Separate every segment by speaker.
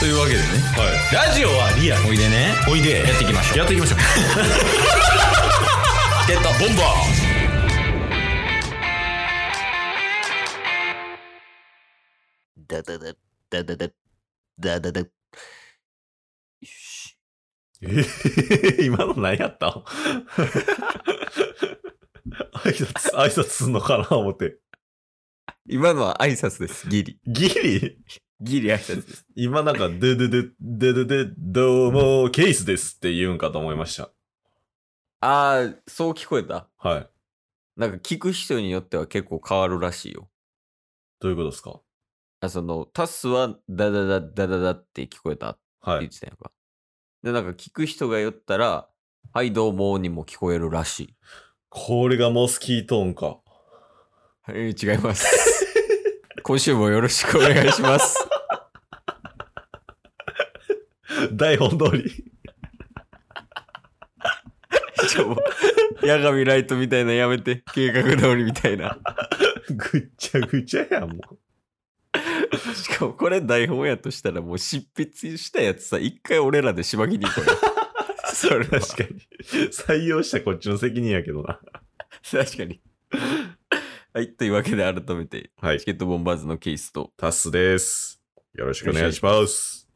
Speaker 1: というわけでね
Speaker 2: はい。ラジオはリアル。
Speaker 1: おいでね
Speaker 2: おいで。
Speaker 1: やっていきましょう
Speaker 2: やっていきましょう。
Speaker 1: ゲットボンバ
Speaker 3: ダダダダダダダダダ。よし。
Speaker 2: え今の何や ったん挨拶、挨拶すんのかな思って。
Speaker 3: 今のは挨拶です。ギリ。
Speaker 2: ギリ
Speaker 3: ギリ挨拶です。
Speaker 2: 今なんか、ででで、ででで、どうも、ケースですって言うんかと思いました。
Speaker 3: あー、そう聞こえた。
Speaker 2: はい。
Speaker 3: なんか聞く人によっては結構変わるらしいよ。
Speaker 2: どういうことですか
Speaker 3: あその、タスはダダダダダダって聞こえたって
Speaker 2: は
Speaker 3: 言っ
Speaker 2: い。
Speaker 3: てたやんか。で、なんか聞く人が言ったら、はいどうもにも聞こえるらしい。
Speaker 2: これがモスキートーンか。
Speaker 3: はい、違います。 今週もよろしくお願いします。
Speaker 2: 台本通り。
Speaker 3: ちょ、もう、矢神ライトみたいなやめて。計画通りみたいな。
Speaker 2: ぐっちゃぐちゃやん、も
Speaker 3: しかもこれ台本やとしたらもう執筆したやつさ一回俺らでしばきに行こう よそれ
Speaker 2: う。確かに。採用したこっちの責任やけどな。
Speaker 3: 確かにはいというわけで改めて
Speaker 2: はい
Speaker 3: チ。ケットボンバーズのケースと
Speaker 2: タスです。よろしくお願いします。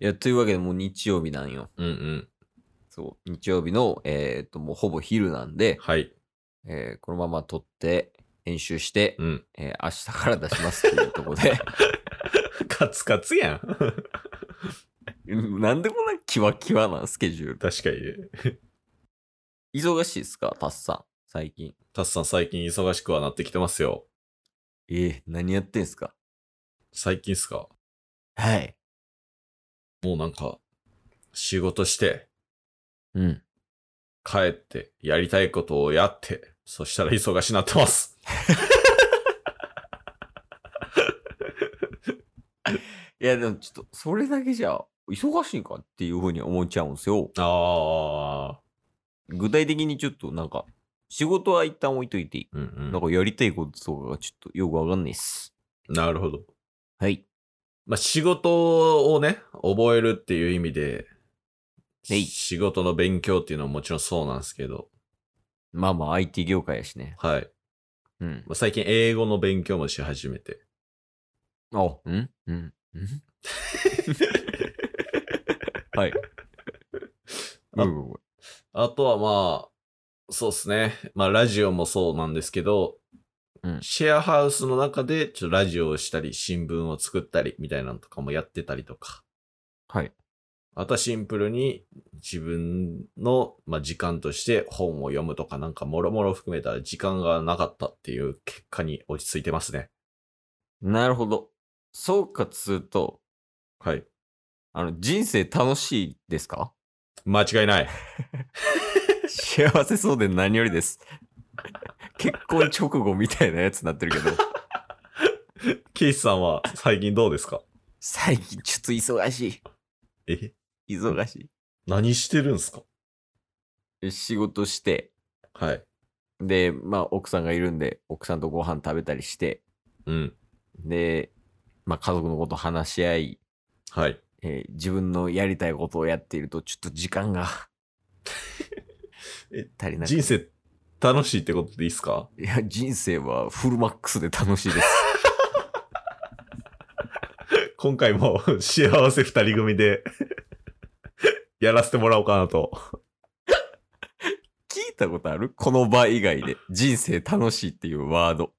Speaker 3: いやというわけでもう日曜日なんよ
Speaker 2: うんうん。
Speaker 3: そう日曜日のえっ、ともうほぼ昼なんで、
Speaker 2: はい。
Speaker 3: えーこのまま撮って編集して、
Speaker 2: うん。
Speaker 3: えー明日から出しますっていうところ で
Speaker 2: カツカツやん。
Speaker 3: なんでこんなキワキワなスケジュール
Speaker 2: 確かにね。
Speaker 3: 忙しいですかタッさん最近
Speaker 2: タスさん最近忙しくはなってきてますよ。
Speaker 3: えー、何やってんすか
Speaker 2: 最近っすか
Speaker 3: はい
Speaker 2: もうなんか、仕事して、
Speaker 3: うん
Speaker 2: 帰って、やりたいことをやって、そしたら忙しなってます。
Speaker 3: いや、でもちょっと、それだけじゃ、忙しいんかっていうふうに思っちゃうんですよ。
Speaker 2: ああ。
Speaker 3: 具体的にちょっと、なんか、仕事は一旦置いといて、
Speaker 2: うん
Speaker 3: なんかやりたいこととかがちょっとよくわかんないっす。
Speaker 2: うん。なるほど。
Speaker 3: はい。
Speaker 2: まあ、仕事をね、覚えるっていう意味で、
Speaker 3: はい
Speaker 2: 仕事の勉強っていうのはもちろんそうなんですけど、
Speaker 3: まあまあ、IT 業界やしね。
Speaker 2: はい。
Speaker 3: うん。
Speaker 2: まあ、最近英語の勉強もし始めて。
Speaker 3: あ、うんうんうん はい。
Speaker 2: あ
Speaker 3: うんうんうん
Speaker 2: あとはまあ、そうですね。まあ、ラジオもそうなんですけど、
Speaker 3: うん
Speaker 2: シェアハウスの中で、ちょっとラジオをしたり、新聞を作ったり、みたいなのとかもやってたりとか。
Speaker 3: はい。
Speaker 2: あとはシンプルに、自分の、まあ、時間として本を読むとか、なんか、もろもろ含めたら時間がなかったっていう結果に落ち着いてますね。
Speaker 3: なるほど。総括すると、
Speaker 2: はい。
Speaker 3: あの、人生楽しいですか
Speaker 2: 間違いない。
Speaker 3: 幸せそうで何よりです。 結婚直後みたいなやつになってるけど。
Speaker 2: ケイスさんは最近どうですか
Speaker 3: 最近ちょっと忙し
Speaker 2: え
Speaker 3: い。忙し
Speaker 2: 何してるんすか
Speaker 3: い。仕事して、
Speaker 2: はい。
Speaker 3: で、まあ奥さんがいるんで、奥さんとご飯食べたりして、
Speaker 2: うん。
Speaker 3: で、まあ家族のこと話し合い、
Speaker 2: はい。
Speaker 3: えー自分のやりたいことをやっていると、ちょっと時間 が
Speaker 2: え
Speaker 3: 足りなくて
Speaker 2: 人生楽しいってことでいいっすか
Speaker 3: いや、人生はフルマックスで楽しい です。
Speaker 2: 今回も 幸せ二人組で やらせてもらおうかなと。
Speaker 3: 聞いたことあるこの場以外で、人生楽しいっていうワード。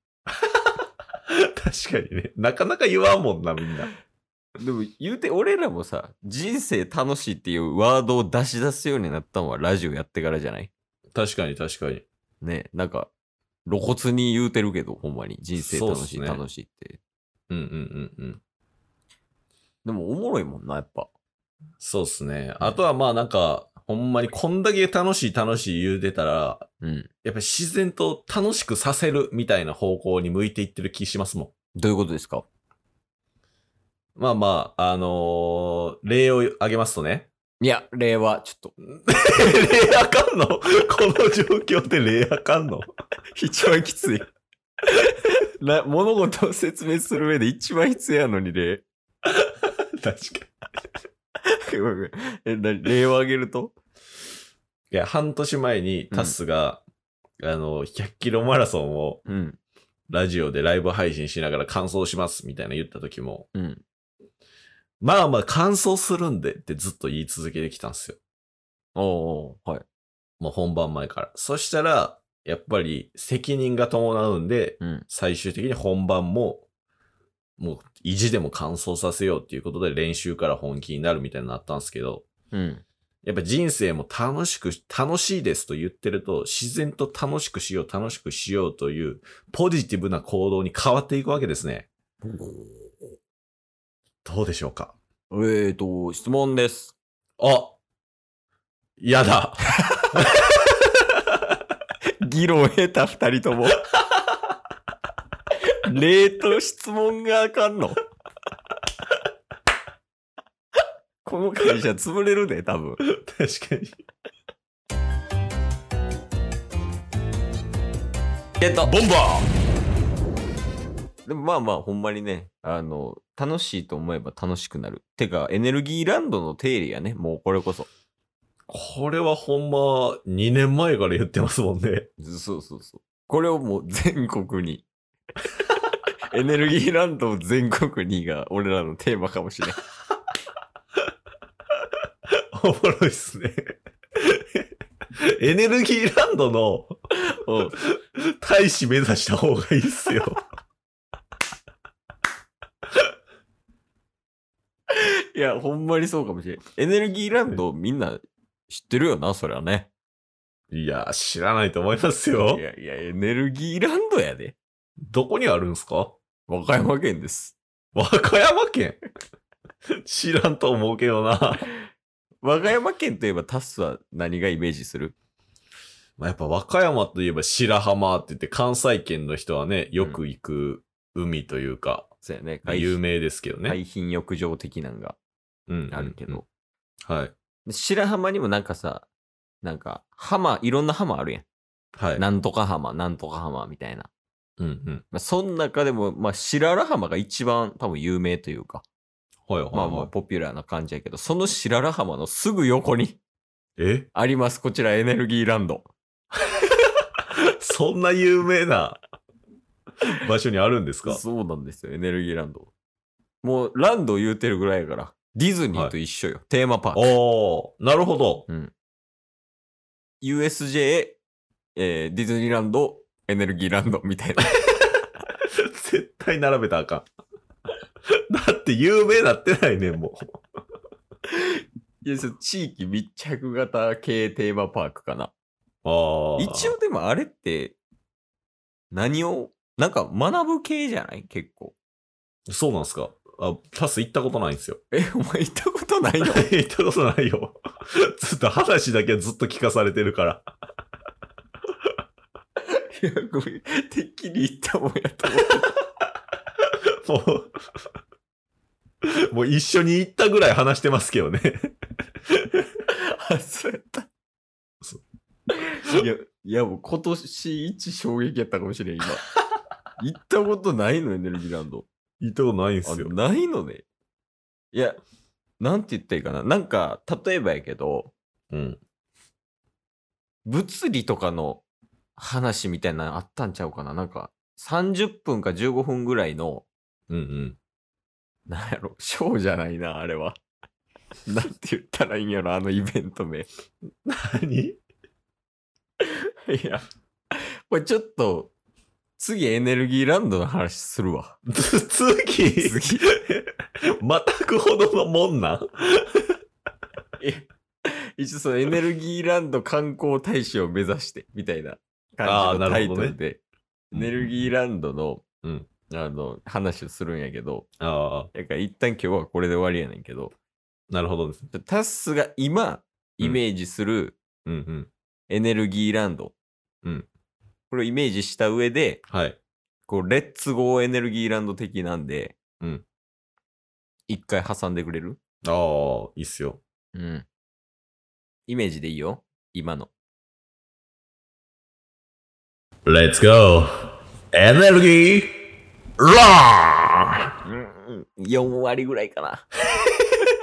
Speaker 2: 確かにね。なかなか言わんもんな、みんな。
Speaker 3: でも言うて、俺らもさ、人生楽しいっていうワードを出し出すようになったのはラジオやってからじゃない
Speaker 2: 確かに確かに。
Speaker 3: ね、なんか、露骨に言うてるけど、ほんまに。人生楽
Speaker 2: そうっ
Speaker 3: しい、
Speaker 2: すね
Speaker 3: 楽しいって。
Speaker 2: うんうんうんうん。
Speaker 3: でも、おもろいもんな、やっぱ。
Speaker 2: そうっすね。あとはまあなんか、ほんまにこんだけ楽しい楽しい言うてたら、
Speaker 3: うん。
Speaker 2: やっぱ自然と楽しくさせるみたいな方向に向いていってる気しますもん。
Speaker 3: どういうことですか
Speaker 2: まあまあ、あのー例を挙げますとね。
Speaker 3: いや、例は、ちょっと、
Speaker 2: 例あかんのこの状況で例あかんの
Speaker 3: 一番きつい。 な物事を説明する上で一番必要やのに例。
Speaker 2: 確かに。
Speaker 3: ごめんごめん えな例を挙げると
Speaker 2: いや、半年前にタスが、あの、100キロマラソンを
Speaker 3: うん。
Speaker 2: ラジオでライブ配信しながら完走しますみたいな言った時も、
Speaker 3: うん。
Speaker 2: まあまあ完走するんでってずっと言い続けてきたんですよ。
Speaker 3: おうおうはい。
Speaker 2: もう本番前から。そしたら、やっぱり責任が伴うんで、
Speaker 3: うん。
Speaker 2: 最終的に本番も、もう意地でも完走させようっていうことで練習から本気になるみたいになったんですけど、
Speaker 3: うん。
Speaker 2: やっぱ人生も楽しく、楽しいですと言ってると、自然と楽しくしよう、楽しくしようという、ポジティブな行動に変わっていくわけですね。どうでしょうか
Speaker 3: えっ、と、質問です。
Speaker 2: あやだ
Speaker 3: 議論を得た二人と も。例と質問があかんの。この会社潰れるで、多分。
Speaker 2: 確かに。
Speaker 3: えっと、
Speaker 2: ボンバ
Speaker 3: でもまあまあ、ほんまにね、あの、楽しいと思えば楽しくなる。てか、エネルギーランドの定理やね、もうこれこそ。
Speaker 2: ーこれはほんま、2年前から言ってますもんね。
Speaker 3: そうそうそう。これをもう全国 に。エネルギーランドを全国にが俺らのテーマかも しれん。
Speaker 2: おもろいっすね。エネルギーランドの
Speaker 3: うん
Speaker 2: 大使目指した方がいいっすよ。
Speaker 3: いや、ほんまにそうかもしれん。エネルギーランドみんな知ってるよな、そりゃね。
Speaker 2: いや、知らないと思います
Speaker 3: い
Speaker 2: よ。
Speaker 3: やいや、エネルギーランドやで。
Speaker 2: どこにあるんすか
Speaker 3: 和歌山県です。
Speaker 2: 和歌山県 知らんと思うけどな。
Speaker 3: 和歌山県といえばタスは何がイメージする
Speaker 2: まあやっぱ和歌山といえば白浜って言って関西圏の人はね、よく行く海というか、
Speaker 3: そうやね。
Speaker 2: 有名ですけどね。
Speaker 3: 海浜浴場的なんが
Speaker 2: うん
Speaker 3: あるけど。。
Speaker 2: うんはい。
Speaker 3: で白浜にもなんかさ、なんか浜、いろんな浜あるやん。
Speaker 2: はい。
Speaker 3: なんとか浜、なんとか浜みたいな。
Speaker 2: うんうん。
Speaker 3: まあ、その中でも、まあ、白良浜が一番多分有名というか、
Speaker 2: はいはい、はい
Speaker 3: まあまあポピュラーな感じやけど、その白良浜のすぐ横に
Speaker 2: え
Speaker 3: あります、こちらエネルギーランド。
Speaker 2: そんな有名 な場所にあるんですか
Speaker 3: そうなんですよ、エネルギーランド。もう、ランド言うてるぐらいやから、ディズニーと一緒よ、テーマパーク。
Speaker 2: おー、なるほど。
Speaker 3: USJ、えーディズニーランド、エネルギーランドみ たいな。
Speaker 2: 絶対並べたらあかん。 だって有名なってないねん、もう。
Speaker 3: いや、そう地域密着型系テーマパークかな。
Speaker 2: ああ。
Speaker 3: 一応でもあれって、何を、なんか学ぶ系じゃない結構。
Speaker 2: そうなんすかあ、タス行ったことないんですよ。
Speaker 3: え、お前行ったこと ないの
Speaker 2: 行ったことないよ。ずっと話だけはずっと聞かされてるから。
Speaker 3: いや、ごめん。てっきり行ったもんやと思って
Speaker 2: もう、もう一緒に行ったぐらい話してますけどね。
Speaker 3: た。あ、そうやった。
Speaker 2: そう
Speaker 3: いや、いやもう今年一衝撃やったかもし れん、今。行ったことないの、エネルギーランド。
Speaker 2: 行ったことないんで
Speaker 3: あ
Speaker 2: すよ。
Speaker 3: ないのね。いや、なんて言ったらいいかな。なんか、例えばやけど、
Speaker 2: うん。
Speaker 3: 物理とかの話みたいなのあったんちゃうかな。なんか、30分か15分ぐらいの、
Speaker 2: うんうん。
Speaker 3: なんやろ、ショーじゃないな、あれは。 なんて言ったらいいんやろ、あのイベント名。い
Speaker 2: 何
Speaker 3: や、これちょっと、次エネルギーランドの話するわ。
Speaker 2: つ次
Speaker 3: 次。
Speaker 2: またくほどのもんなん
Speaker 3: 一応そのエネルギーランド観光大使を目指して、みたいな
Speaker 2: あ
Speaker 3: 感
Speaker 2: ー
Speaker 3: じ
Speaker 2: な
Speaker 3: のタ
Speaker 2: る
Speaker 3: イ
Speaker 2: ほ
Speaker 3: ト
Speaker 2: どね
Speaker 3: ルで、エネルギーランドの、
Speaker 2: うん
Speaker 3: あの、話をするんやけど、
Speaker 2: ああ、
Speaker 3: だから一旦今日はこれで終わりやねんけど、
Speaker 2: なるほどです。
Speaker 3: タッスが今、イメージする
Speaker 2: うんうん。
Speaker 3: エネルギーランド。
Speaker 2: うん
Speaker 3: これをイメージした上で、
Speaker 2: はい。
Speaker 3: こう、レッツゴーエネルギーランド的なんで、
Speaker 2: うん
Speaker 3: 一回挟んでくれる
Speaker 2: ああ、いいっすよ。
Speaker 3: うん。イメージでいいよ。今の。
Speaker 2: Let's go! エネルギーラン
Speaker 3: うんうん、4割ぐらいかな。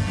Speaker 1: す